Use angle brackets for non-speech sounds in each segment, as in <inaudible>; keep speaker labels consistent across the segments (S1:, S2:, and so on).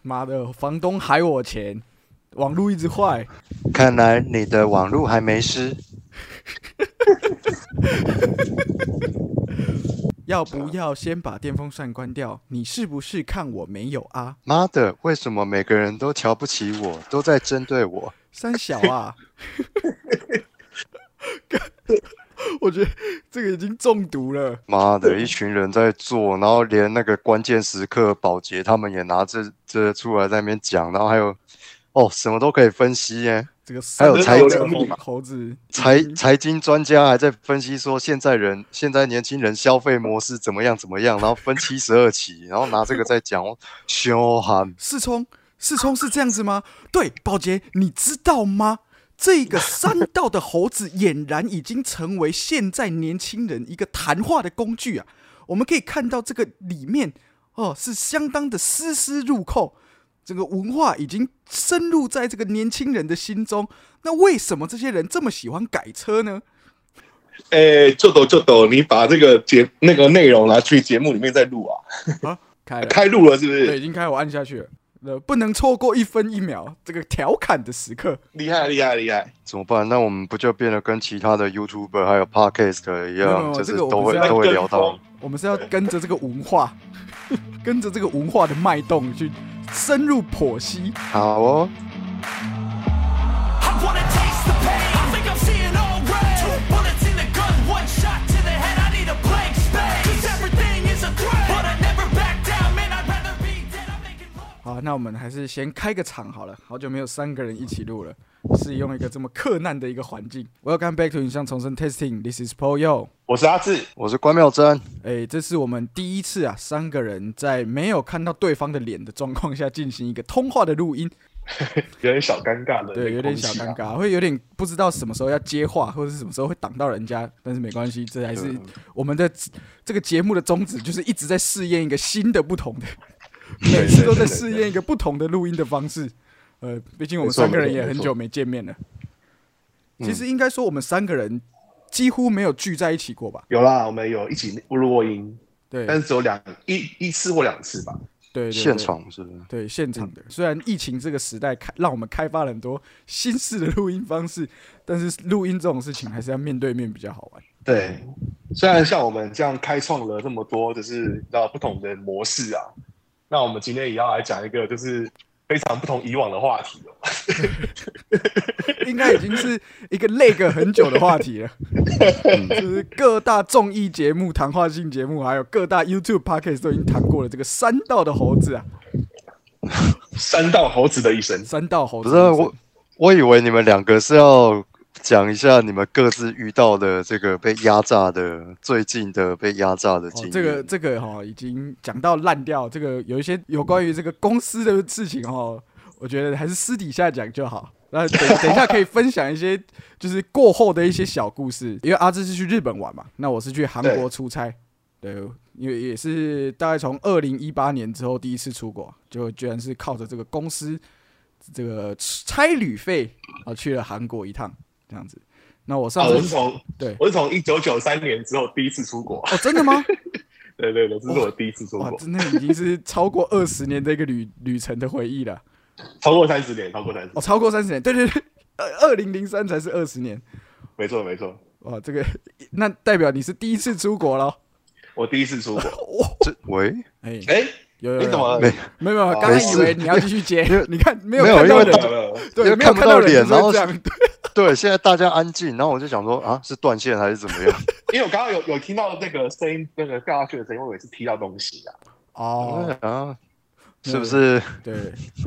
S1: 妈的，房东还我钱，网络一直坏，
S2: 看来你的网路还没湿。
S1: 要不要先把电风扇关掉？你是不是看我没有啊？
S2: 妈的，为什么每个人都瞧不起我，都在针对我？
S1: 三小啊， <laughs> 我觉得这个已经中毒了。
S2: 妈的，一群人在做，然后连那个关键时刻，保洁他们也拿这这出来在那边讲，然后还有，哦，什么都可以分析耶。
S1: 这个
S2: 还有
S1: 三
S2: 财
S1: 小
S2: 经
S1: 猴猴子
S2: 财财经专家还在分析说，现在人现在年轻人消费模式怎么样怎么样，然后分七十二期，然后拿这个在讲，哦凶悍
S1: 世聪，世聪是这样子吗？对，宝杰，你知道吗？这个山道的猴子俨然已经成为现在年轻人一个谈话的工具啊！我们可以看到这个里面哦，是相当的丝丝入扣，这个文化已经深入在这个年轻人的心中。那为什么这些人这么喜欢改车呢？
S3: 哎，就抖就抖，你把这个节那个内容拿去节目里面再录啊，
S1: 啊，开了，
S3: 开录了是不
S1: 对，
S3: 是？
S1: 已经开，我按下去了，呃，不能错过一分一秒这个调侃的时刻。
S3: 厉害厉害厉害！
S2: 怎么办？那我们不就变得跟其他的 YouTuber 还有 Podcast 一
S1: 没有没有
S2: 样，就
S1: 这
S2: 是
S1: 个我
S2: 都
S1: 不
S2: 会
S1: 是要
S2: 都会聊到。
S1: 我们是要跟着这个文化， <laughs> 跟着这个文化的脉动去深入剖析。
S2: 好哦，
S4: I wanna taste the pain. I think I'm seeing all red. Two bullets in the gun, one shot to the head. I need a blank space. 'Cause everything is a threat. But I never back down, man. I'd rather be dead. I'm making love.
S1: 好，那我们还是先开个场好了。好久没有三个人一起录了，是用一个这么困难的一个环境。Welcome back to 影像重生 Testing. This is Paul Yo。
S3: 我是阿志，
S2: 我是关妙珍。
S1: 哎，这是我们第一次啊，三个人在没有看到对方的脸的状况下进行一个通话的录音。
S3: 有点小尴尬的那个空气啊，
S1: 对，有点小尴尬，会有点不知道什么时候要接话，或者是什么时候会挡到人家，但是没关系，这还是我们的这个节目的宗旨，就是一直在试验一个新的、不同
S3: <laughs>
S1: 的，每次都在试验一个不同的录音的方式。呃，毕竟我们
S3: 没错
S1: 三个人
S3: 没错
S1: 也很
S3: 没错嗯
S1: 久没见面了，其实应该说我们三个人几乎没有聚在一起过吧？
S3: 有啦，我们有一起录过音，
S1: 对，
S3: 但
S1: 对
S3: 是只有两一一次或两次吧。
S1: 对，对
S2: 现。场是不是？
S1: 对现场的。虽然疫情这个时代开让我们开发了很多新式的录音方式，但是录音这种事情还是要面对面比较好玩。
S3: 对，虽然像我们这样开创了这么多，就是呃不同的模式啊，那我们今天也要来讲一个就是非常不同以往的话题哦。
S1: 应该已经是一个 lag 很久的话题了，<laughs>
S2: 嗯
S1: 就是各大综艺节目、谈话性节目，还有各大 YouTube podcast 都已经谈过了。这个山道的猴子啊，
S3: 山道猴子的一生，
S1: 山道猴
S2: 不
S1: 子，
S2: 是我，我以为你们两个是要讲一下你们各自遇到的这个被压榨的最近的被压榨的
S1: 哦
S2: 经历。，
S1: 这个这个哈、已经讲到烂掉。这个有一些有关于这个公司的事情哈、我觉得还是私底下讲就好。那等等一下可以分享一些 <laughs> 就是过后的一些小故事，因为阿志是去日本玩嘛，那我是去韩国
S3: 对
S1: 出差，对，因为也是大概从二零一八年之后第一次出国，就居然是靠着这个公司这个差旅费啊去了韩国一趟，这样子。那我上
S3: 啊，
S1: 次、
S3: 我是从
S1: 对
S3: 我是从一九九三年之后第一次出国，
S1: 哦，真的吗？
S3: 对对对，这是我第一次出
S1: 哦哇，
S3: 国，
S1: 真的已经是超过二十年的一个旅旅程的回忆了。
S3: 超过三十年，超过三十
S1: 哦，，超过三十年，对对对，二二零零三才是二十年。
S3: 没错没错，
S1: 哇，这个那代表你是第一次出国咯。
S3: 我第一次出国。
S2: 这喂，
S1: 哎、
S3: 哎，
S1: 有有
S3: 你
S1: 有
S3: 怎么
S2: 没
S1: 没有没有，刚刚
S2: 没
S1: 以
S2: 事
S1: 为你要继续接
S2: 因为，
S1: 你看没
S2: 没有
S1: 看到
S2: 因为
S3: 没有
S1: 人，
S3: 没有
S1: 对，
S2: 因为
S1: 没有
S2: 看不
S1: 到
S2: 到脸
S1: 就是
S2: 然后
S1: 这样，对
S2: 对，现在大家安静，然后我就想说啊，是断线还是怎么样？
S3: 因为我刚刚有有听到那个声音，那个掉下去的声音，我以为是踢到东西啊。
S1: <laughs> 哦，
S2: 啊，是不是
S1: 对，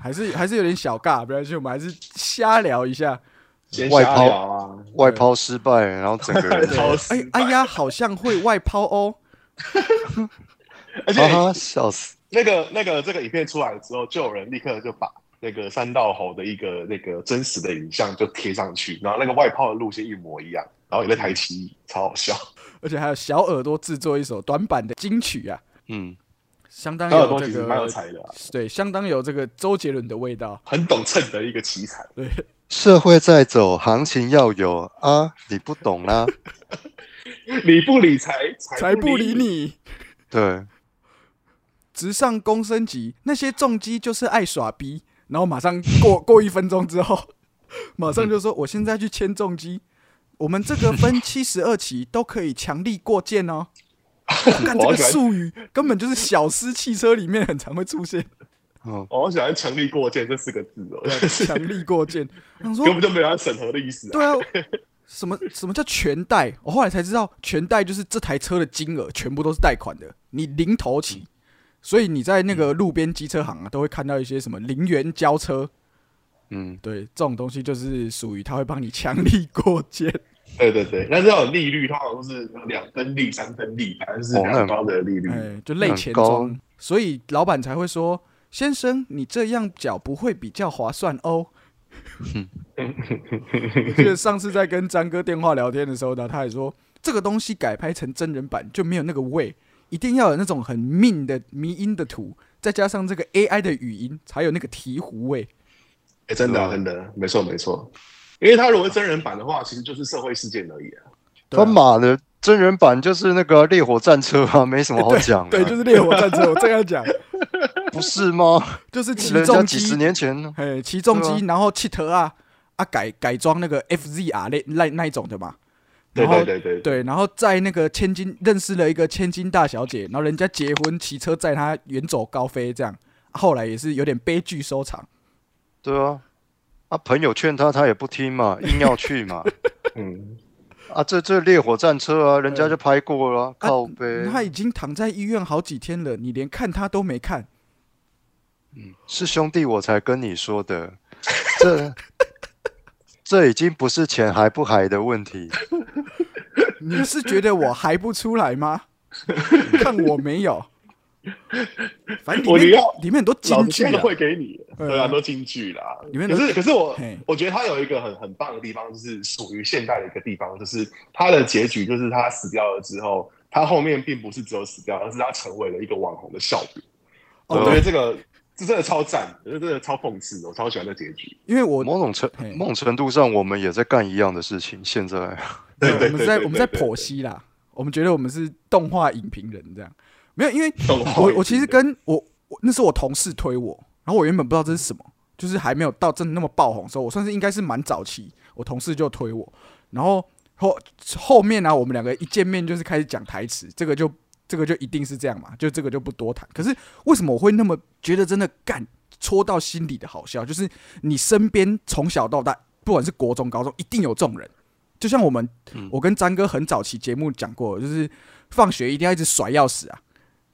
S1: 还是还是有点小尬，不然就我们还是瞎聊一下。
S3: 先
S2: 外
S3: 瞎
S2: 抛
S3: 聊啊，
S2: 外抛失败，然后整个
S1: <laughs>
S2: 人
S3: 超
S1: 哎、
S3: 失败
S1: 哎呀，好像会外抛哦，哎
S3: 而且
S2: 哈啊
S1: 啊
S2: 哈笑死？
S3: 那个那个这个影片出来之后，就有人立刻就把那个三道猴的一个那个真实的影像就贴上去，然后那个外炮的路线一模一样，然后也在台七，超好笑。
S1: 而且还有小耳朵制作一首短版的金曲啊，
S2: 嗯，
S1: 相当
S3: 小耳朵
S1: 这
S3: 其实
S1: 个
S3: 蛮有才的啊
S1: 对，相当有这个周杰伦的味道。
S3: 很懂蹭的一个奇才，
S1: 对，
S2: 社会在走，行情要有啊，你不懂
S1: <laughs>
S2: 啦。
S3: 理不理财，
S1: 才不理
S3: 理。
S1: 你。
S2: 对，
S1: 直上公升级，那些重击就是爱耍逼，然后马上过 <laughs> 过一分钟之后， <laughs> 马上就说我现在去签重击。我们这个
S3: <laughs>
S1: 分七十二期都可以强力过件哦。看这
S3: 我好
S1: 个
S3: 喜欢
S1: 术语根本就是小狮汽车里面很常会出现，
S2: 哦
S3: 我好喜欢“强力过件”这四个字哦， <laughs>
S1: 强力过件。我想说
S3: 根本就没有要审核的意思啊。
S1: <laughs> 对啊，什么什么叫全贷？我后来才知道，全贷就是这台车的金额全部都是贷款的，你零头起。所以你在那个路边机车行啊，都会看到一些什么零元交车，
S2: 嗯，
S1: 对，这种东西就是属于他会帮你强力过件。
S3: 对对对，但是要有利率，通常都是两分利、三分利，反正是
S2: 哦
S3: 比
S2: 那
S3: 较
S2: 很
S3: 高的利率。
S1: 哎，就类钱
S2: 那嗯很
S1: 庄，所以老板才会说：“先生，你这样缴不会比较划算哦。”我记得上次在跟张哥电话聊天的时候呢，他还说这个东西改拍成真人版就没有那个味，一定要有那种很命的迷音的图，再加上这个 AI 的语音，才有那个醍醐味。
S3: 哎、真的啊、真的，没错没错。因为他如果是真人版的话，其实就是社会事件而已啊。
S1: 对啊
S2: 他妈的，真人版就是那个烈火战车啊，没什么好讲的，
S1: 对，就是烈火战车，我这样讲，
S2: 不是吗？
S1: 就是起
S2: 人家
S1: 重
S2: 几十
S1: 机，
S2: 年前，
S1: 哎，起重
S2: 对
S1: 机，然后汽车啊啊改改装那个 FZR 那那那一种的嘛。
S3: 对
S1: 然后
S3: 对对对，
S1: 对，然后在那个千金认识了一个千金大小姐，然后人家结婚骑车载她远走高飞，这样后来也是有点悲剧收场。
S2: 对啊，啊，朋友劝他，他也不听
S1: <laughs>
S2: 嘛，硬要去嘛，
S3: 嗯，
S2: 啊，这这烈火战车啊，人家就拍过了啊，靠背
S1: 她已经躺在医院好几天了，你连看她都没看，
S2: 是兄弟我才跟你说的，这 <laughs> 这已经不是钱还不还的问题，
S1: 你是觉得我还不出来吗？
S3: <laughs>
S1: 看我没有，反正
S3: 我
S1: 里
S3: 你
S1: 面
S3: 要
S1: 里面很多
S3: 老
S1: 金
S3: 子
S1: 句
S3: 真的
S1: 啊，
S3: 会给你，
S1: 嗯
S3: 对啊，都京剧啦。
S1: 里面
S3: 可
S1: 都
S3: 是可是我
S1: 嘿
S3: 我觉得他有一个很很棒的地方，就是属于现代的一个地方，就是他的结局就是他死掉了之后，他后面并不是只有死掉，而是他成为了一个网红的笑柄。
S1: 哦
S3: 我觉
S1: 对
S3: 得这个这真的超赞，我觉得真的超讽刺的，我超喜欢这结局。
S1: 因为我
S2: 某种程
S1: 嘿
S2: 某种程度上，我们也在干一样的事情，现在。啊
S3: 对
S1: 我
S3: 对
S1: 们
S3: 对
S1: 是在
S3: 对
S1: 我们在
S3: 对
S1: 剖析啦，我们觉得我们是动画影评人这样，没有，因为
S3: 动画
S1: 我
S3: 影
S1: 我其
S3: 评
S1: 实
S3: 人
S1: 跟我我那是我同事推我，然后我原本不知道这是什么，就是还没有到真的那么爆红的时候，我算是应该是蛮早期，我同事就推我，然后后后面啊呢、我们两个一见面就是开始讲台词，这个就这个就一定是这样嘛，就这个就不多谈。可是为什么我会那么觉得真的干戳到心里的好笑？就是你身边从小到大，不管是国中、高中，一定有这种人。就像我们，
S3: 嗯
S1: 我跟詹哥很早期节目讲过，就是放学一定要一直甩钥匙啊，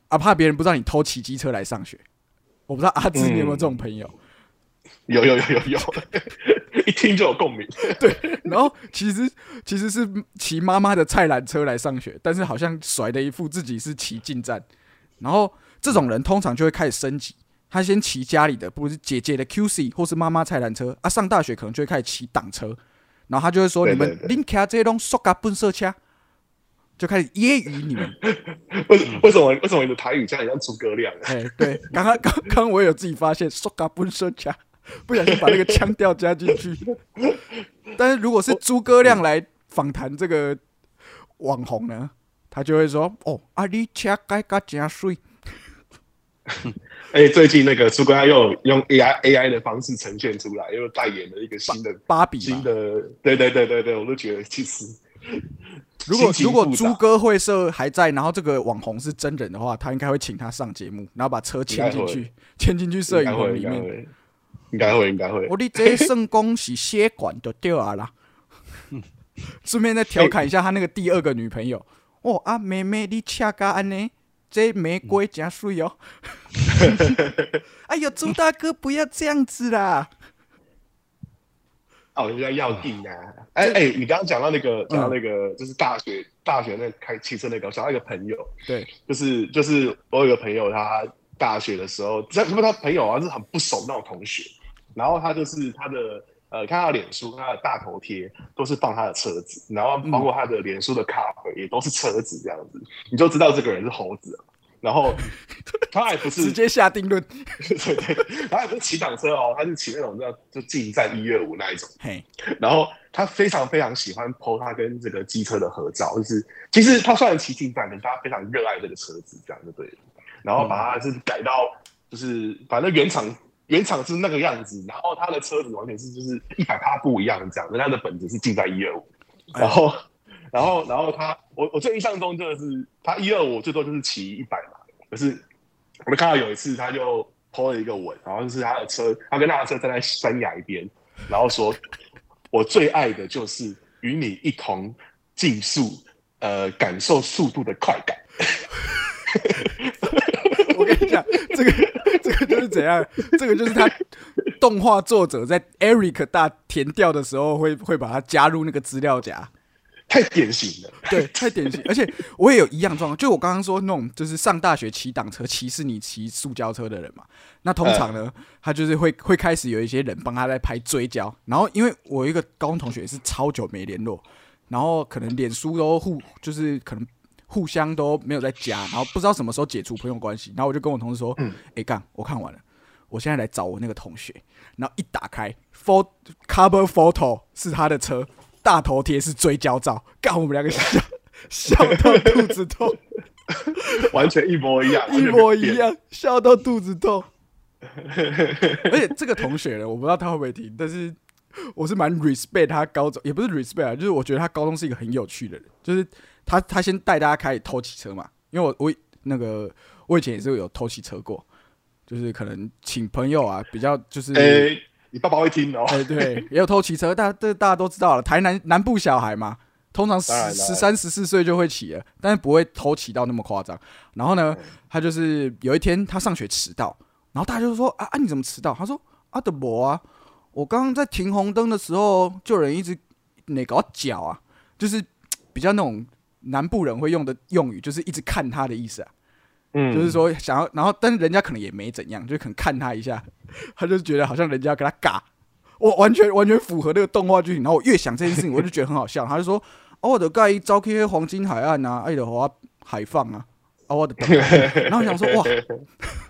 S1: 啊怕别人不知道你偷骑机车来上学。我不知道阿志你有没有这种朋友？
S3: 嗯 <laughs> 有有有有 <laughs> 有，一听就有共鸣。
S1: 然后其实其实是骑妈妈的菜篮车来上学，但是好像甩了一副自己是骑进站。然后这种人通常就会开始升级，他先骑家里的，不是姐姐的 QC 或是妈妈菜篮车啊。上大学可能就会开始骑挡车，然后他就会说：“
S3: 对
S1: 你们
S3: 对对
S1: 拎卡这种塑胶笨色车。”就开始揶揄你们，
S3: 为什为什么为什么你的台语这样很像诸葛亮？
S1: 哎、对，刚刚刚刚我有自己发现，塑胶笨色车，不小心把那个腔调加进去。 <laughs> 但是如果是诸葛亮来访谈这个网红呢，他就会说：“哦，啊，你车改甲真水。
S3: 哎，最近那个诸葛亮又有用 AI AI 的方式呈现出来，又代言了一个新的
S1: 芭比嘛
S3: 新的，对对对对对，我都觉得其实”
S1: 如果
S3: 心情
S1: 如果
S3: 复杂
S1: 诸葛会社还在，然后这个网红是真人的话，他应该会请他上节目，然后把车牵进
S3: 应该
S1: 去，牵进去摄
S3: 应
S1: 影
S3: 该
S1: 棚
S3: 会
S1: 里
S3: 应该
S1: 面。
S3: 会应该会应该会
S1: <laughs> 我，的哦这圣公是血管就掉啊啦。顺便再调侃一下他那个第二个女朋友，哦啊妹妹你恰嘎安呢，这玫瑰真水哦。哎呦，朱大哥不要这样子啦。
S3: <laughs> 哦，人家要定啊！哎哎，你刚刚讲到那个
S1: 嗯
S3: 讲到那个，就是大学大学那个开汽车那个，我想到一个朋友，
S1: 对，
S3: 就是就是我有一个朋友，他大学的时候，这不是他朋友啊，是很不熟那种同学。然后他就是他的呃，看他的脸书，他的大头贴都是放他的车子，然后包括他的脸书的咖啡也都是车子这样子，你就知道这个人是猴子了。然后他还不是
S1: <laughs> 直接下定论。
S3: <laughs> 对对，他还不是骑挡车哦，他是骑那种叫就进站一月五那一种。
S1: 嘿，
S3: 然后他非常非常喜欢 PO 他跟这个机车的合照，就是其实他虽然骑进站，可是他非常热爱这个车子，这样就对了。然后把它是改到就是反正原厂原厂是那个样子，然后它的车子完全是就是一百趴不一样这样，人家的本子是进在一二五，然后然后然后他我我最印象中真的是他一二五最多就是骑一百嘛，可是我就看到有一次他就 po 了一个文，然后就是他的车，他跟他的车站在山崖边，然后说我最爱的就是与你一同竞速，呃，感受速度的快感。
S1: 我跟你讲，这个 <laughs> 这个就是怎样，这个就是他动画作者在 Eric 大填掉的时候会会把它加入那个资料夹。
S3: 太典型了，
S1: 对，太典型。而且我也有一样状况，就我刚刚说那种，就是上大学骑挡车骑是你骑塑胶车的人嘛。那通常呢，他就是会会开始有一些人帮他在拍追焦。然后因为我有一个高中同学是超久没联络，然后可能脸书都互就是可能互相都没有在加，然后不知道什么时候解除朋友关系。然后我就跟我同事说：“哎、干，我看完了。”我现在来找我那个同学，然后一打开 photo cover photo 是他的车，大头贴是追焦照，干我们两个笑笑到肚子痛，
S3: 完全一模一样，
S1: 一模一
S3: 完
S1: 样，笑到肚子痛。而且这个同学呢，我不知道他会不会听，但是我是蛮 respect 他高中，也不是 respect 啊，就是我觉得他高中是一个很有趣的人，就是他他先带大家开始偷骑车嘛，因为我我那个我以前也是有偷骑车过，就是可能请朋友啊，比较就是。
S3: 全变。哎，你爸爸会听哦。
S1: 哎、对，也有偷骑车，大这大家都知道了。台南南部小孩嘛，通常十
S3: 当然当然
S1: 十三、十四岁就会骑了，但是不会偷骑到那么夸张。然后
S3: 嗯
S1: 呢，他就是有一天他上学迟到，然后大家就说啊啊你怎么迟到？他说啊的博啊，我刚刚在停红灯的时候，就有人一直那搞脚啊，就是比较那种南部人会用的用语，就是一直看他的意思啊。
S3: 嗯
S1: 就是说想要，然后但是人家可能也没怎样，就可能看他一下， <laughs> 他就觉得好像人家跟他尬，我完全完全符合那个动画剧情。然后我越想这件事情，我就觉得很好笑。他就说：“啊，我的盖招 K 黄金海岸啊，爱德华海放啊，啊我的。”然后我想说哇， <laughs>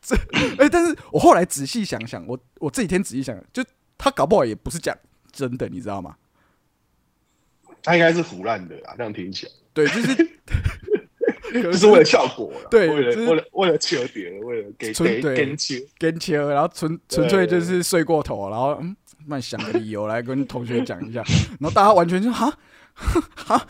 S1: 这哎、但是我后来仔细想想，我我这几天仔细想，就他搞不好也不是讲真的，你知道吗？
S3: 他应该是胡乱的啊，这样听起来，
S1: 对，就是 <laughs>
S3: 就
S1: 就是
S3: 为了效果啦，
S1: 对
S3: 为
S1: 就
S3: 了
S1: 是
S3: 为了为了求别人，为了给
S1: 纯
S3: 给
S1: 对
S3: 跟求，
S1: 跟球，然后纯纯粹就是睡过头，然后嗯，慢想个理由来跟同学讲一下， <laughs> 然后大家完全就哈哈，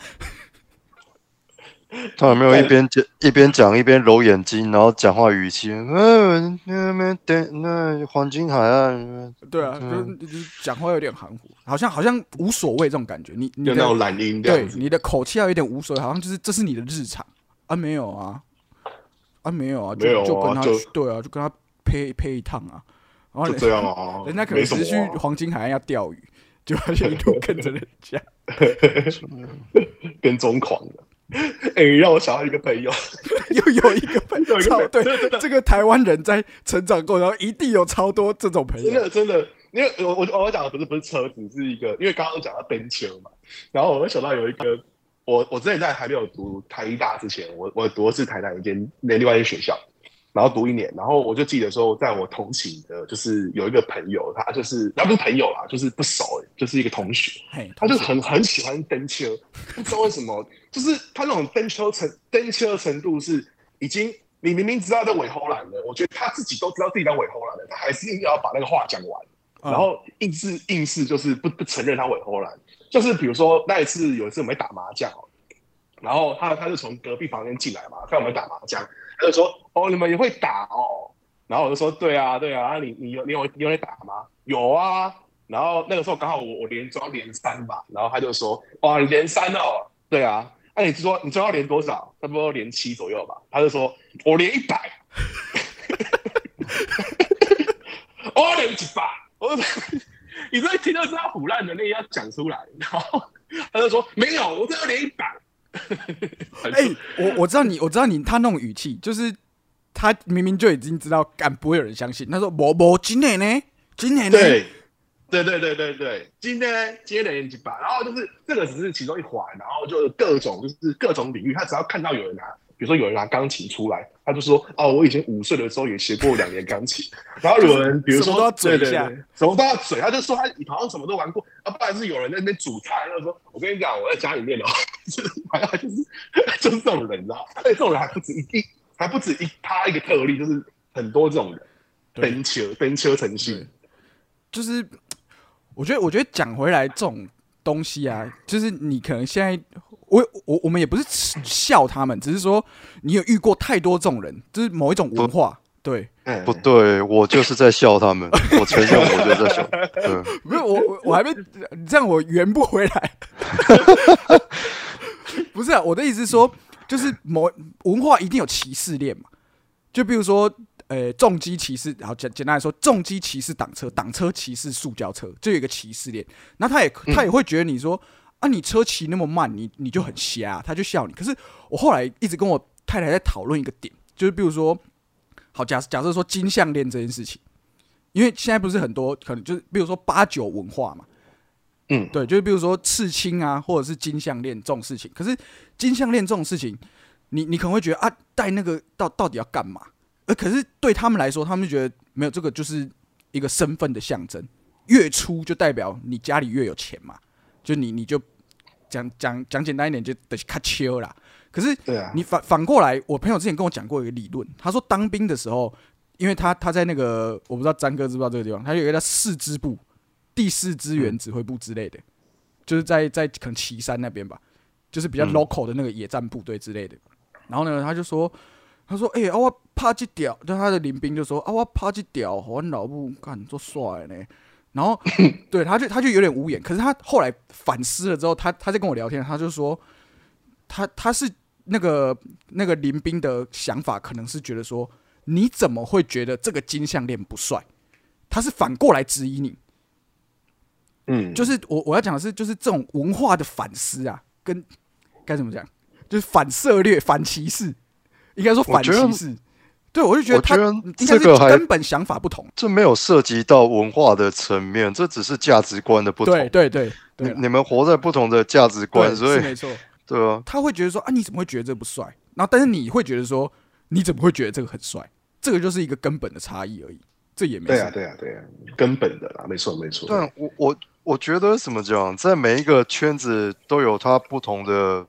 S2: <laughs> 他有没有一边讲一边讲一边揉眼睛，然后讲话语气，嗯，那边等那黄金海岸，
S1: 对啊，就
S3: 嗯
S1: 就是讲话有点含糊，好像好像无所谓这种感觉，你你
S3: 就那种
S1: 的
S3: 懒音这
S1: 对
S3: 样子。
S1: 你的口气要有点无所谓，好像就是这是你的日常啊，没有啊啊没有啊，就
S3: 没有啊
S1: 就跟他
S3: 就
S1: 对啊，就跟他配配一趟啊，然后
S3: 就
S1: 人
S3: 这样啊，
S1: 人家可
S3: 没
S1: 能
S3: 什么
S1: 只
S3: 啊
S1: 是去黄金海岸要钓鱼，就他就一路跟着人家。
S3: <laughs> 跟踪狂的。哎、你让我想到一个朋友，
S1: <laughs> 又有一个朋友，
S3: 又有一个
S1: 操，对
S3: 朋友真，的
S1: 这个台湾人在成长过程中一定有超多这种朋
S3: 真
S1: 友。
S3: 的真的，因为我我我讲的不是不是车子，是一个，因为刚刚讲到奔球嘛，然后我就想到有一个，我我之前在还没有读台一大之前，我我读的是台南一间那另外一间学校，然后读一年，然后我就记得说，在我同行的，就是有一个朋友，他就是他不是朋友啦，就是不熟，欸就是一个同学，
S1: 嘿，
S3: 他
S1: 同
S3: 就
S1: 学
S3: 很很喜欢登车，不知道为什么，就是他那种登车程登车的程度是已经你明明知道在尾后栏了，我觉得他自己都知道自己在尾后栏了，他还是硬要把那个话讲完，
S1: 嗯
S3: 然后硬是硬是就是不不承认他尾后栏，就是比如说那一次有一次我们在打麻将哦，然后他他就从隔壁房间进来嘛，看我们打麻将，他就说哦你们也会打哦，然后我就说对啊对啊，啊你你有你有你有在打吗？有啊，然后那个时候刚好我我连庄连三吧，然后他就说哇你连三哦，对啊，那、你说你庄要连多少？差不多连七左右吧，他就说我连一百，我连一百，我就说你这听到是他腐烂的，那要讲出来，然后他就说没有，我这要连一百。
S1: 哎、我我知道你，我知道你，他那种语气就是他明明就已经知道，敢不会有人相信。他说：“某某今年呢，今年呢，
S3: 对，对对对对对，今天今天的研究吧，然后就是这个只是其中一环，然后就是各种就是各种领域，他只要看到有人拿，比如说有人拿钢琴出来，他就说哦，我以前五岁的时候也学过两年钢琴，然后有人比如
S1: 什
S3: 说
S1: 么都要嘴一
S3: 对对
S1: 下
S3: 对什么都要嘴，他就说他好像什么都玩过，啊，不然是有人在那边煮菜，他就说我跟你讲，我在家里面哦，就是反正他就是就是这种人，你知道吗，而且这种人还不止一一还不止一他一个特例，就是很多这种人登车登车程序，
S1: 就是我觉得，我觉得讲回来这种东西啊，就是你可能现在，我我我们也不是耻笑他们，只是说你有遇过太多这种人，就是某一种文化，对，
S3: 嗯
S2: 不对，我就是在笑他
S1: <laughs>
S2: 们，我承认我就是在笑。对，
S1: 没有我我我还没这样，我圆不回来。 <laughs> 不是、啊、我的意思是说，就是某文化一定有歧视链嘛，就比如说。呃，重机骑士，然后简简单来说，重机骑士挡车，挡车骑士塑胶车，就有一个歧视链。那他也他也会觉得你说、啊，你车骑那么慢，你你就很瞎、他就笑你。可是我后来一直跟我太太在讨论一个点，就是比如说，好假假设说金项链这件事情，因为现在不是很多可能就是比如说八九文化嘛，
S3: 嗯
S1: 对，就是比如说刺青啊，或者是金项链这种事情。可是金项链这种事情，你你可能会觉得啊，戴那个到到底要干嘛？呃，可是对他们来说，他们觉得没有这个就是一个身份的象征，越出就代表你家里越有钱嘛，就你你就讲讲讲简单一点，就得卡丘啦。可是
S3: 对啊
S1: 你反反过来，我朋友之前跟我讲过一个理论，他说当兵的时候，因为他他在那个我不知道詹哥知不知道这个地方，他有一个叫四支部、第四支
S3: 嗯
S1: 援指挥部之类的，就是在在可能岐山那边吧，就是
S3: 嗯
S1: 比较 local 的那个野战部队之类的。然后呢，他就说，他说，哎、啊我怕这屌，就他的林兵就说啊我怕这屌，我老母干做帅呢。然后 <laughs> 对他就他就有点无言，可是他后来反思了之后，他他在跟我聊天，他就说，他他是那个那个林兵的想法，可能是觉得说，你怎么会觉得这个金项链不帅？他是反过来质疑你，
S3: 嗯，
S1: 就是我我要讲的是，就是这种文化的反思啊，跟该怎么讲，就是反策略、反歧视，应该说反
S2: 我觉
S1: 歧
S2: 得
S1: 视。对，我就觉得
S2: 我
S1: 他
S2: 觉得
S1: 应该是
S2: 这个还
S1: 根本想法不同。
S2: 这没有涉及到文化的层面，这只是价值观的不
S1: 对
S2: 同。
S1: 对对
S2: 你
S1: 对啦，
S2: 你们活在不同的价值观，
S1: 对
S2: 所
S1: 是
S2: 以
S1: 没错。
S2: 对啊，
S1: 他会觉得说啊，你怎么会觉得这不帅？然后但是你会觉得说，你怎么会觉得这个很帅？这个就是一个根本的差异而已，这也没
S3: 对
S1: 什
S3: 啊
S1: 么。
S3: 对啊对啊，根本的啦，没错没错，
S2: 但我我我觉得怎么讲，在每一个圈子都有它不同的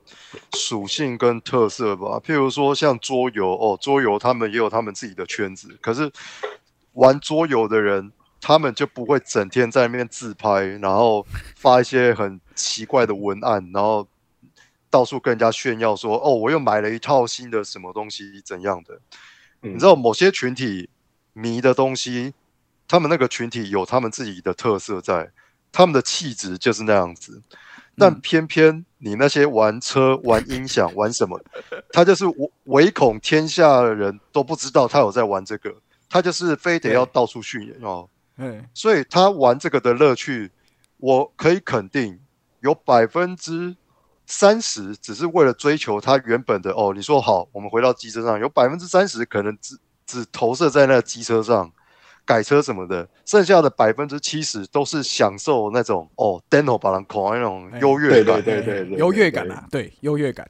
S2: 属性跟特色吧。譬如说像桌游哦，桌游他们也有他们自己的圈子，可是玩桌游的人，他们就不会整天在那边自拍，然后发一些很奇怪的文案，然后到处跟人家炫耀说哦，我又买了一套新的什么东西怎样的。
S3: 嗯
S2: 你知道某些群体迷的东西，他们那个群体有他们自己的特色在，他们的气质就是那样子。但偏偏你那些玩车、玩音响、玩什么，他就是唯唯恐天下的人都不知道他有在玩这个，他就是非得要到处训言哦。
S1: 哎，
S2: 所以他玩这个的乐趣，我可以肯定有百分之三十只是为了追求他原本的哦。你说好，我们回到机车上，有百分之三十可能只只投射在那个机车上改车什么的，剩下的百分之七十都是享受那种哦 d e n o 把人狂那种
S1: 哎
S2: 优越
S3: 对
S2: 感。
S3: 对对对
S1: 哎
S3: 对，
S1: 优越
S3: 对
S1: 感啊，对，优越感。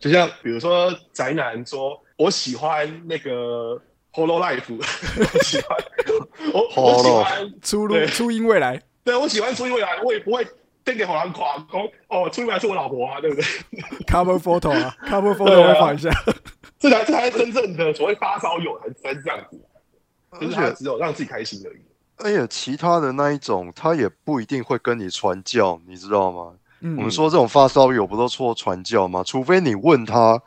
S3: 就像比如说宅男说，我喜欢那个 Holo Life，我 <laughs> 喜欢我我喜欢，
S1: 出路
S3: 对
S1: 初音未
S2: <laughs>
S1: 来，
S3: 对我喜欢初音未来，我也不会登给好难夸，说哦初音未来是我老婆啊，对不 <laughs> 对？
S1: cover photo 啊，cover
S3: 对
S1: photo
S3: 啊
S1: 会放一下。 <laughs>
S3: 这才这才是真正的所谓发烧友才才是这样子，就是他
S2: 而且
S3: 只有让自己开心而已。
S2: 而且哎其他的那一种，他也不一定会跟你传教，你知道吗？我们
S1: 嗯，
S2: 说这种发烧友不都说传教吗？除非你问他，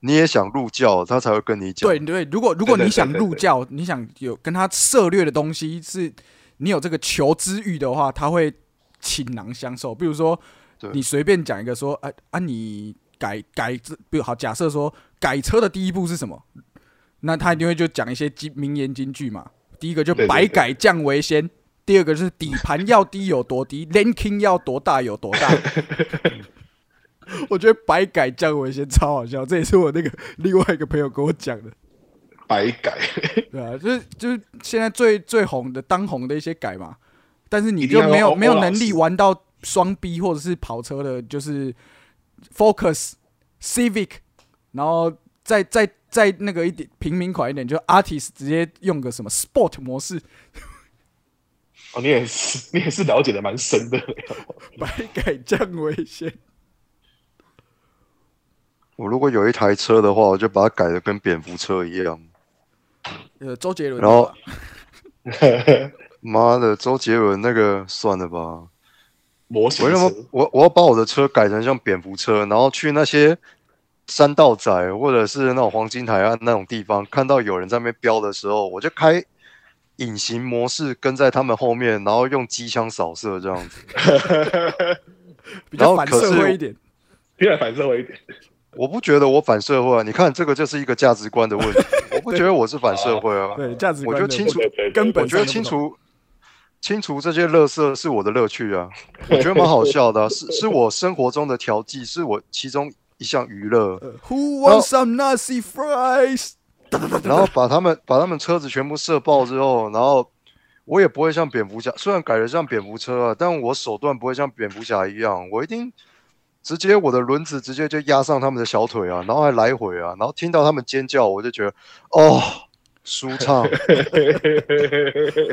S2: 你也想入教，他才会跟你讲。
S1: 对对，如果如果
S3: 对对
S1: 你想
S3: 对对
S1: 入教，你想有跟他涉略的东西，是你有这个求知欲的话，他会倾囊相授。比如说
S2: 对，
S1: 你随便讲一个说，啊啊，你改改这，比如好，假设说改车的第一步是什么？那他一定会就讲一些金名言金句嘛。第一个就
S3: 对对
S1: 百
S3: 对
S1: 改降为先，第二个就是底盘要低有多低，ranking 要多大有多大。 <laughs> 我觉得百改降为先超好笑，这也是我那个另外一个朋友跟我讲的。
S3: 白改，
S1: 对啊，就是就是现在最最红的当红的一些改嘛，但是你
S3: 一
S1: 就
S3: 定要
S1: 没有
S3: 欧
S1: 没有
S3: 欧老
S1: 能力
S3: 师
S1: 玩到双 B 或者是跑车的，就是 Focus、Civic，然后再再再那个一点平民款一点，就 Artist 直接用个什么 Sport 模 <laughs>
S2: 嗯
S1: 式，
S3: <laughs> 哦，你也是你也是了解的蛮深的。
S1: 百改降为先。
S2: 我如果有一台车的话，我就把它改的跟蝙蝠车一样。
S1: 呃，周杰伦的
S2: 然后
S1: 吧，
S2: 妈的，周杰伦那个算了吧。
S3: 模型
S2: 我要
S3: 车
S2: 么我我要把我的车改成像蝙蝠车，然后去那些山道仔或者是那种黄金海岸那种地方，看到有人在那边飙的时候，我就开隐形模式跟在他们后面，然后用机枪扫射这样子。
S1: 比较
S2: 后
S1: 反
S2: 可
S1: 社
S2: 是
S1: 会一点。
S3: 偏反社会一点。
S2: 我不觉得我反社会啊，你看这个就是一个价值观
S1: <laughs>
S2: 的问题。我不觉得我是反社会啊，
S1: 对价值
S2: 我
S1: 观
S2: 就
S1: 的
S2: 清
S1: 不
S2: 楚
S3: 对对对
S1: 根
S2: 我
S1: 本
S2: 觉
S1: 上
S2: 得
S1: 就
S2: 清
S1: 不同
S2: 除清除这些垃圾是我的乐
S1: <laughs>
S2: 趣啊，我觉得蛮好笑的啊、是是我生活中的调剂，是我其中一项娱乐。
S1: 呃，Who wants some Nazi fries？
S2: <laughs> 然后把他们把他们车子全部射爆之后，然后我也不会像蝙蝠侠，虽然改的像蝙蝠车啊，但我手段不会像蝙蝠侠一样，我一定直接我的轮子直接就压上他们的小腿啊，然后还来回啊，然后听到他们尖叫，我就觉得哦舒畅，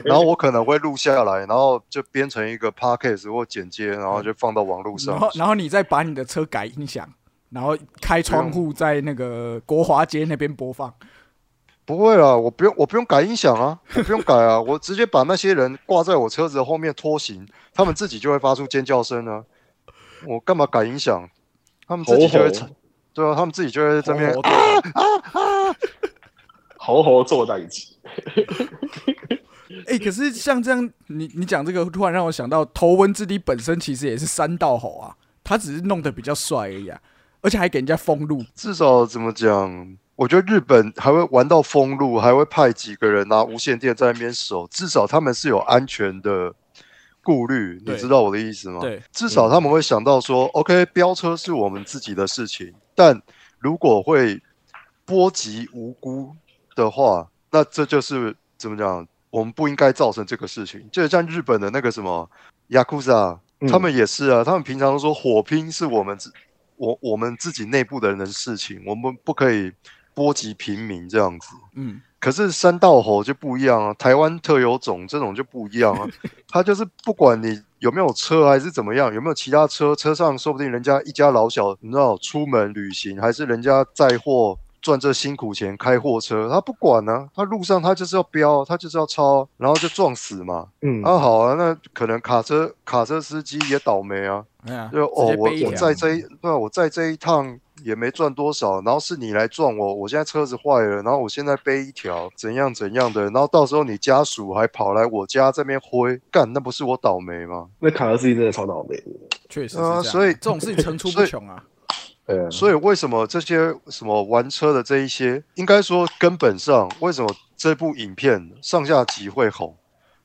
S2: 然后我可能会录下来，然后就编成一个 podcast 或剪接，然后就放到网络上
S1: 然。后然后你再把你的车改音响，然后开窗户在那个国华街那边播放。
S2: 不会啦，我不用，我不用改音响啊，我不用改啊， <laughs> 我直接把那些人挂在我车子的后面拖行，他们自己就会发出尖叫声啊。我干嘛改音响？他们自己就会
S3: 吼吼，
S2: 对啊，他们自己就会在那边啊
S1: 哦哦对
S3: 猴猴坐在一起，
S1: 哎，可是像这样，你你讲这个，突然让我想到，头文字 D 本身其实也是三道猴啊，他只是弄得比较帅而已啊，而且还给人家封路。
S2: 至少怎么讲？我觉得日本还会玩到封路，还会派几个人拿啊无线电在那边守，至少他们是有安全的顾虑，
S1: 对
S2: 你知道我的意思吗？
S1: 对，
S2: 至少他们会想到说、o k 飙车是我们自己的事情，但如果会波及无辜的话，那这就是怎么讲？我们不应该造成这个事情。就像日本的那个什么雅库扎，
S3: 嗯
S2: 他们也是啊，他们平常都说火拼是我们自我我们自己内部的人的事情，我们不可以波及平民这样子。
S1: 嗯，
S2: 可是山道猴就不一样啊，台湾特有种这种就不一样啊，它就是不管你有没有车还是怎么样，有没有其他车，车上说不定人家一家老小，你知道出门旅行还是人家载货赚这辛苦钱开货车，他不管呢、他路上他就是要飙，他就是要超啊，然后就撞死嘛。
S3: 嗯
S2: 啊好啊，那可能卡车卡车司机也倒霉啊，
S1: 哎呀，
S2: 就
S1: 直
S2: 哦
S1: 接
S2: 我
S1: 背一
S2: 我
S1: 条
S2: 在这一对啊，我在这一趟也没赚多少，然后是你来撞我，我现在车子坏了，然后我现在背一条怎样怎样的，然后到时候你家属还跑来我家这边挥，干那不是我倒霉吗？
S3: 那卡车司机真的超倒霉的。
S1: 确实是这
S2: 呃
S1: 样，
S2: 所以
S1: 这种事情层出不
S2: 所以
S1: 穷啊。
S3: 对啊，
S2: 所以为什么这些什么玩车的这一些，应该说根本上为什么这部影片上下集会红，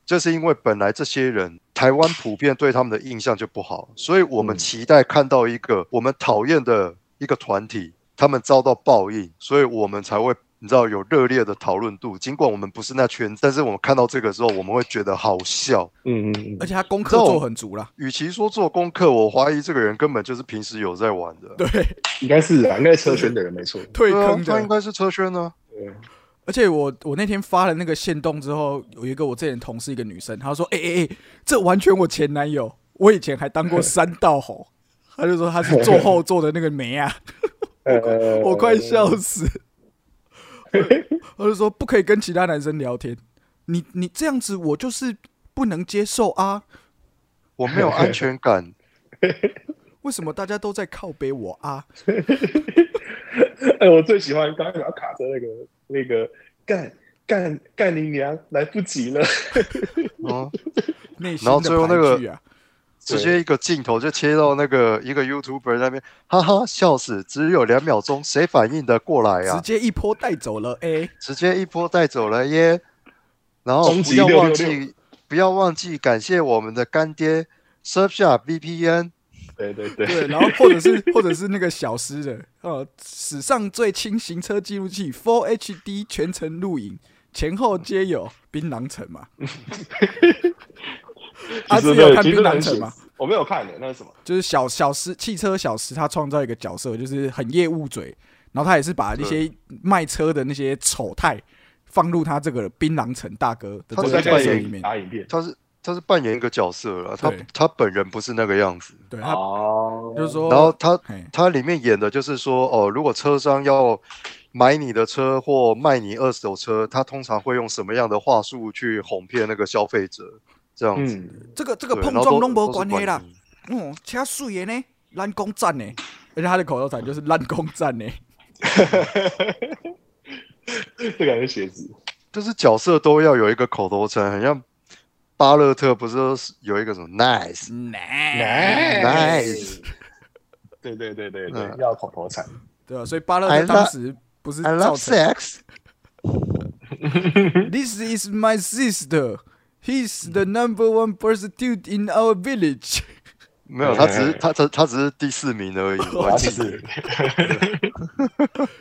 S2: 就是因为本来这些人台湾普遍对他们的印象就不好，所以我们
S3: 嗯
S2: 期待看到一个我们讨厌的一个团体，他们遭到报应，所以我们才会。你知道有热烈的讨论度，尽管我们不是那圈子，但是我们看到这个时候，我们会觉得好笑。
S3: 嗯嗯
S1: 而
S3: 嗯，
S1: 且他功课
S2: 这种
S1: 做很足啦。
S2: 与其说做功课，我怀疑这个人根本就是平时有在玩的，
S1: 对，
S3: 应该是啊，应该是车圈的人没错。
S1: 退
S2: 对啊
S1: 坑，
S2: 他应
S1: 的。
S2: 该是车圈呢、
S3: 对，
S1: 而且我我那天发了那个线动之后，有一个我之前的同事一个女生，她说：“哎哎哎，这完全我前男友，我以前还当过三道猴。” <laughs> 她就说她是坐后座的那个
S2: <laughs>
S1: 梅啊，
S3: 呃，
S2: 哦
S1: 我快笑死。我就说不可以跟其他男生聊天，你你这样子我就是不能接受啊！
S2: 我没有安全感，
S1: 为什么大家都在靠背我啊？
S3: 哎，我最喜欢刚刚讲卡车那个那个干干干你娘，来不及了。
S2: 嗯，
S1: 内心
S2: 然后
S1: 的
S2: 最后那
S1: 排
S2: 个
S1: 拒啊，
S2: 直接一个镜头就切到那个一个 YouTuber 那边，哈哈，笑死，只有两秒钟，谁反应的过来
S1: 直
S2: 啊？
S1: 接一波带走了。哎，
S2: 直接一波带走了耶！然后不
S3: 终极
S2: 要忘
S3: 666
S2: 记，不要忘记感谢我们的干爹 Surfshark VPN，
S3: <laughs> 对对
S1: <laughs>
S3: 对，
S1: 对，然后或者是或者是那个小诗的，呃，史上最轻行车记录器 Full HD 全程录影，前后皆有槟榔城
S3: <laughs>
S1: 嘛。阿
S3: 其实
S1: 志
S3: 那
S1: 有
S3: 个
S1: 看
S3: 其实
S1: 槟榔
S3: 那个很
S1: 城
S3: 写
S1: 吗？
S3: 实我没有看的，那是什么？
S1: 就是小小石汽车小石，他创造一个角色，就是很业务嘴，然后他也是把那些卖车的那些丑态放入他这个槟榔城大哥的
S2: 他
S1: 这
S2: 是
S1: 个
S2: 在
S1: 角
S2: 扮
S1: 色
S2: 演
S1: 里面。
S3: 打影片，
S2: 他是他是扮演一个角色了，他
S1: 对
S2: 他本人不是那个样子。
S1: 对他
S3: 哦，
S1: 就是说，
S2: 然后他
S1: 嘿
S2: 他里面演的就是说，哦，如果车商要买你的车或卖你二手车，他通常会用什么样的话术去哄骗那个消费者？这样子，
S3: 嗯，
S1: 这个这
S2: 这
S1: 个碰撞都没关系啦，嗯，车水的呢，蓝公站呢，而且他的口头禅就是蓝公站呢，
S3: 这感觉鞋子
S2: 就是角色都要有一个口头禅，很像巴勒特不是都是有一个什么 nice
S1: 嗯奶
S2: Nice
S3: 嗯对对对对对
S2: 嗯，
S3: 要口头禅，
S1: 对啊吧？所以巴勒
S2: I
S1: 特
S2: love-
S1: 当时不哎是
S2: I
S1: 造
S2: love
S1: 成
S2: sex，
S1: This is my sister. He's the number one prostitute in our village.
S2: 没有，他只
S1: 哎
S2: 是他他他只是第四名而已。
S1: <laughs>
S2: 我
S3: 然
S2: 还
S3: 后
S2: 记
S3: 就
S2: 得
S3: 是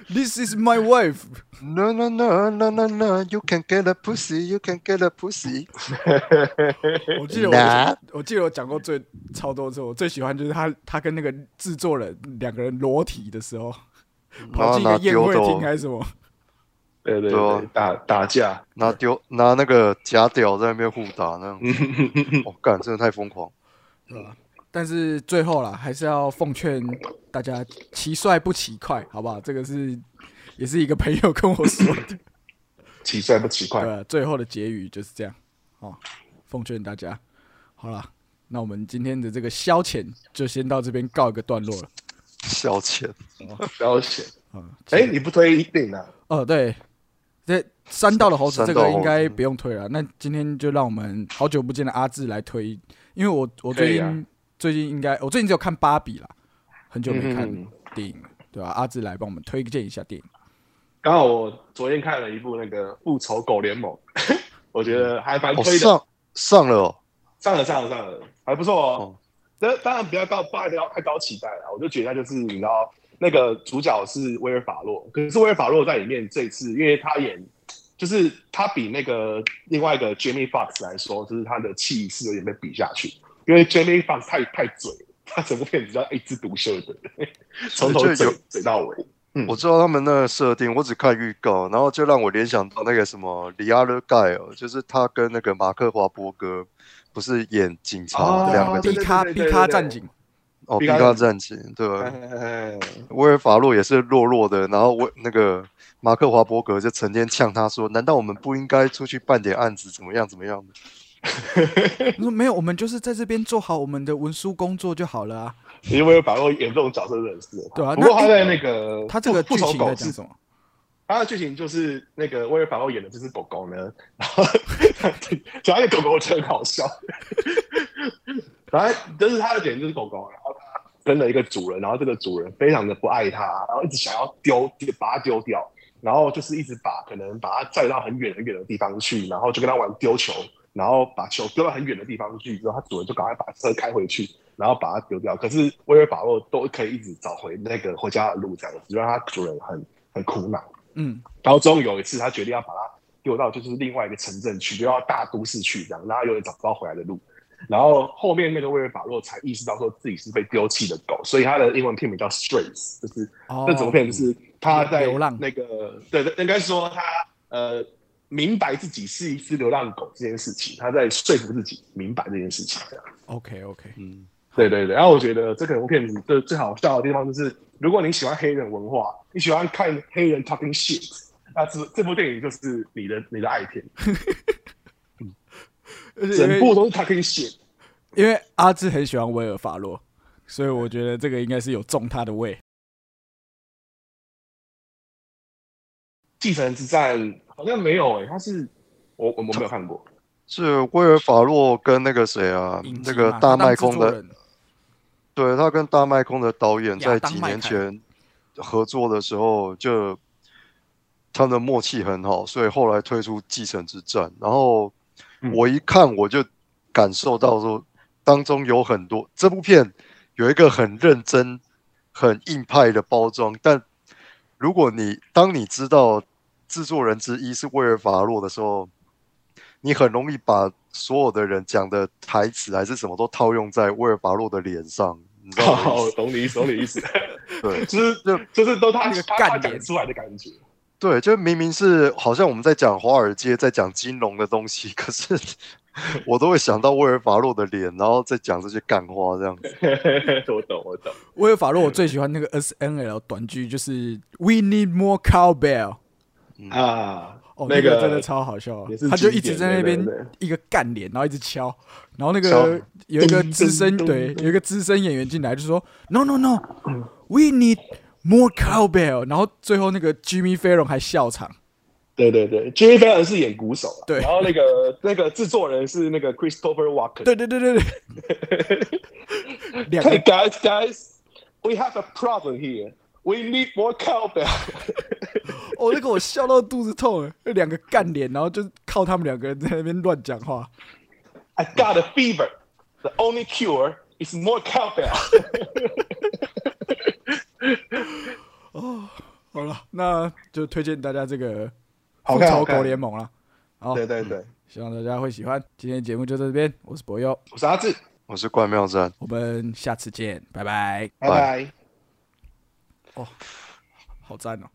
S1: This is my wife.
S2: No no no no no no, you can get a pussy, you can get a pussy。
S1: 我记得
S2: 哪
S1: 我，我记得我讲过最超多次，我最喜欢就是他，他跟那个制作人两个人裸体的时候，跑进一个宴会
S2: 然后拿
S1: 厅
S2: 丢
S1: 还是什么，
S3: 对对
S2: 对
S3: 对
S2: 啊，
S3: 打打架，
S2: 拿丢拿那个假屌在那边互打那
S3: <laughs>
S2: 样子，我干、真的太疯狂。
S1: 但是最后啦，还是要奉劝大家，奇帅不奇快，好不好？这个是也是一个朋友跟我说的，
S3: 奇帅不奇怪
S1: 对、？啊，最后的结语就是这样哦，奉劝大家，好了，那我们今天的这个消遣就先到这边告一个段落了。
S2: 消遣，
S3: 要写，
S1: 嗯，
S3: 哎，你不推一定啊？
S1: 哦，对，这三道的猴子
S2: 三
S1: 这
S2: 道
S1: 个
S2: 猴
S1: 应该
S2: 子
S3: 嗯
S1: 不用推了。那今天就让我们好久不见的阿志来推，因为我我
S3: 可
S1: 最
S3: 以
S1: 近、
S3: 啊
S1: 最近应该我最近只有看芭比啦，很久没看
S3: 嗯
S1: 电影了，对吧、阿志来帮我们推荐一下电影。
S3: 刚好我昨天看了一部那个《复仇狗联盟》， <laughs> 我觉得还蛮
S2: 我、
S3: 推的，
S2: 上上了、哦，
S3: 上了上了上了，还不错哦
S2: 哦。
S3: 那、当然不要高抱太高太高期待了，我就觉得他就是你知道那个主角是威尔法洛，可是威尔法洛在里面这一次，因为他演就是他比那个另外一个 Jamie Fox 来说，就是他的气势有点被比下去，因为 Jamie Fox 太太嘴了，他整部片子叫哎一枝独秀的，从头
S2: 所以就
S3: 嘴
S2: 有
S3: 嘴到尾。
S2: 我知道他们那个设定，我只看预告，然后就让我联想到那个什么里阿勒盖尔，就是他跟那个马克华伯格不是演警察
S3: 哦
S2: 两、个
S1: 毕
S3: 对
S2: 警
S3: 对
S1: 卡
S3: 对
S1: 毕
S3: 对
S1: 卡
S3: 对
S1: 战警，
S2: 哦，
S3: 毕
S2: 比
S3: 加
S2: 他战警对吧？
S3: 哎
S2: 威尔法洛也是弱弱的，然后我那个马克华伯格就成天呛他说：“难道我们不应该出去办点案子，怎么样怎么样的
S1: 你说没有，我们就是在这边做好我们的文书工作就好了啊，
S3: 因为把握演这种角色的人是，
S1: 对啊
S3: 不过
S1: 那
S3: 他在那个
S1: 他这个
S3: 复
S1: 剧
S3: 复仇
S1: 情在
S3: 狗
S1: 讲
S3: 是
S1: 什么？
S3: 他的剧情就是那个威尔法洛演的这只狗狗呢，然后主要那狗狗我觉得很好笑，然后就是他的点就是狗狗，然后他跟了一个主人，然后这个主人非常的不爱它，然后一直想要丢丢把它丢掉，然后就是一直把可能把它载到很远很远的地方去，然后就跟它玩丢球，然后把球丢到很远的地方去之后，它主人就赶快把车开回去，然后把它丢掉。可是威尔法洛都可以一直找回那个回家的路，这样子就让它主人很很苦恼。
S1: 嗯，
S3: 然后终于有一次，他决定要把它丢到就是另外一个城镇去，丢到大都市去，这样，让他永远找不到回来的路。然后后面那个威尔法洛才意识到说自己是被丢弃的狗，所以他的英文片名叫 Strays，就是
S1: 哦
S3: 那整部片就是他在
S1: 流浪
S3: 那个对对，应该说他呃明白自己是一只流浪狗这件事情，他在说服自己明白这件事情。这样
S1: OK OK，？”
S2: 嗯，
S3: 对对对，然后我觉得这个片子最最好笑的地方就是，如果你喜欢黑人文化，你喜欢看黑人 talking shit，那这这部电影就是你的你的爱片，
S1: 而且因
S3: 整
S1: 为
S3: 部都是 talking shit。
S1: 因为阿志很喜欢威尔法洛，所以我觉得这个应该是有中他的味。
S3: 继承之战好像没有诶、他是我我我没有看过，
S2: 是威尔法洛跟那个谁啊
S1: 影，集
S2: 那个
S1: 嘛
S2: 大
S1: 他当
S2: 麦
S1: 制
S2: 空
S1: 作
S2: 的，
S1: 人
S2: 对他跟大麦空的导演
S1: 亚
S2: 在
S1: 当
S2: 几
S1: 麦
S2: 年
S1: 凯
S2: 前合作的时候，就他们的默契很好，所以后来推出《继承之战》，然后
S3: 嗯
S2: 我一看我就感受到说，当中有很多这部片有一个很认真、很硬派的包装，但如果你当你知道制作人之一是威尔法洛的时候，你很容易把所有的人讲的台词还是什么都套用在威尔法洛的脸上，你知道吗？
S1: <laughs>
S3: 哦，懂你意思，懂你意思，
S2: 对，
S3: 就是
S2: 就
S3: 就是都他
S1: 那个
S3: 他
S1: 干
S3: 他
S1: 脸 <laughs>
S3: 讲出来的感觉，
S2: 对，就明明是好像我们在讲华尔街，在讲金融的东西， <laughs> 可是我都会想到威尔法洛的脸，然后再讲这些干话这样子。
S3: 我懂，我懂。
S1: 威尔法洛我最喜欢那个 S N L 短剧，就是 We need more cowbell。
S3: <laughs> 啊，
S1: 哦，
S3: 那
S1: 个
S3: 个
S1: 真的超好笑
S3: 也是，
S1: 他就
S3: 经
S1: 一直
S3: 典
S1: 在
S3: 的
S1: 那边
S3: 对对
S1: 一个干脸，然后一直敲，然后那
S3: 敲
S1: 个有一个
S3: 咚
S1: 资深
S3: 咚
S1: 对，
S3: 咚
S1: 有一个资深演员进来就说 No No
S3: 嗯
S1: No，We need more cowbell，然后最后那个 Jimmy Fallon 还笑场，
S3: 对对对，Jimmy Fallon 是演鼓手啦，
S1: 对
S3: 然后那个那个制作人是那个 Christopher Walken。
S1: 对对对对对，两个
S3: Hey guys, guys, we have a problem here. We need more cowbell. <laughs>
S1: 哦，那个我笑到肚子痛了，那两个干脸，然后就靠他们两个人在那边乱讲话，
S3: I got a fever. The only cure is more cowbell.
S1: 好了，那就推荐大家这个《
S3: 好
S1: 复
S3: 看
S1: 仇
S3: 好看
S1: 狗联盟》了，好，
S3: 对对对，
S1: 希望大家会喜欢，今天的节目就到这边，我是博佑。
S3: 我是阿志，
S2: 我是关妙赞，
S1: 我们下次见，拜拜，
S3: 拜拜。
S1: 好赞哦。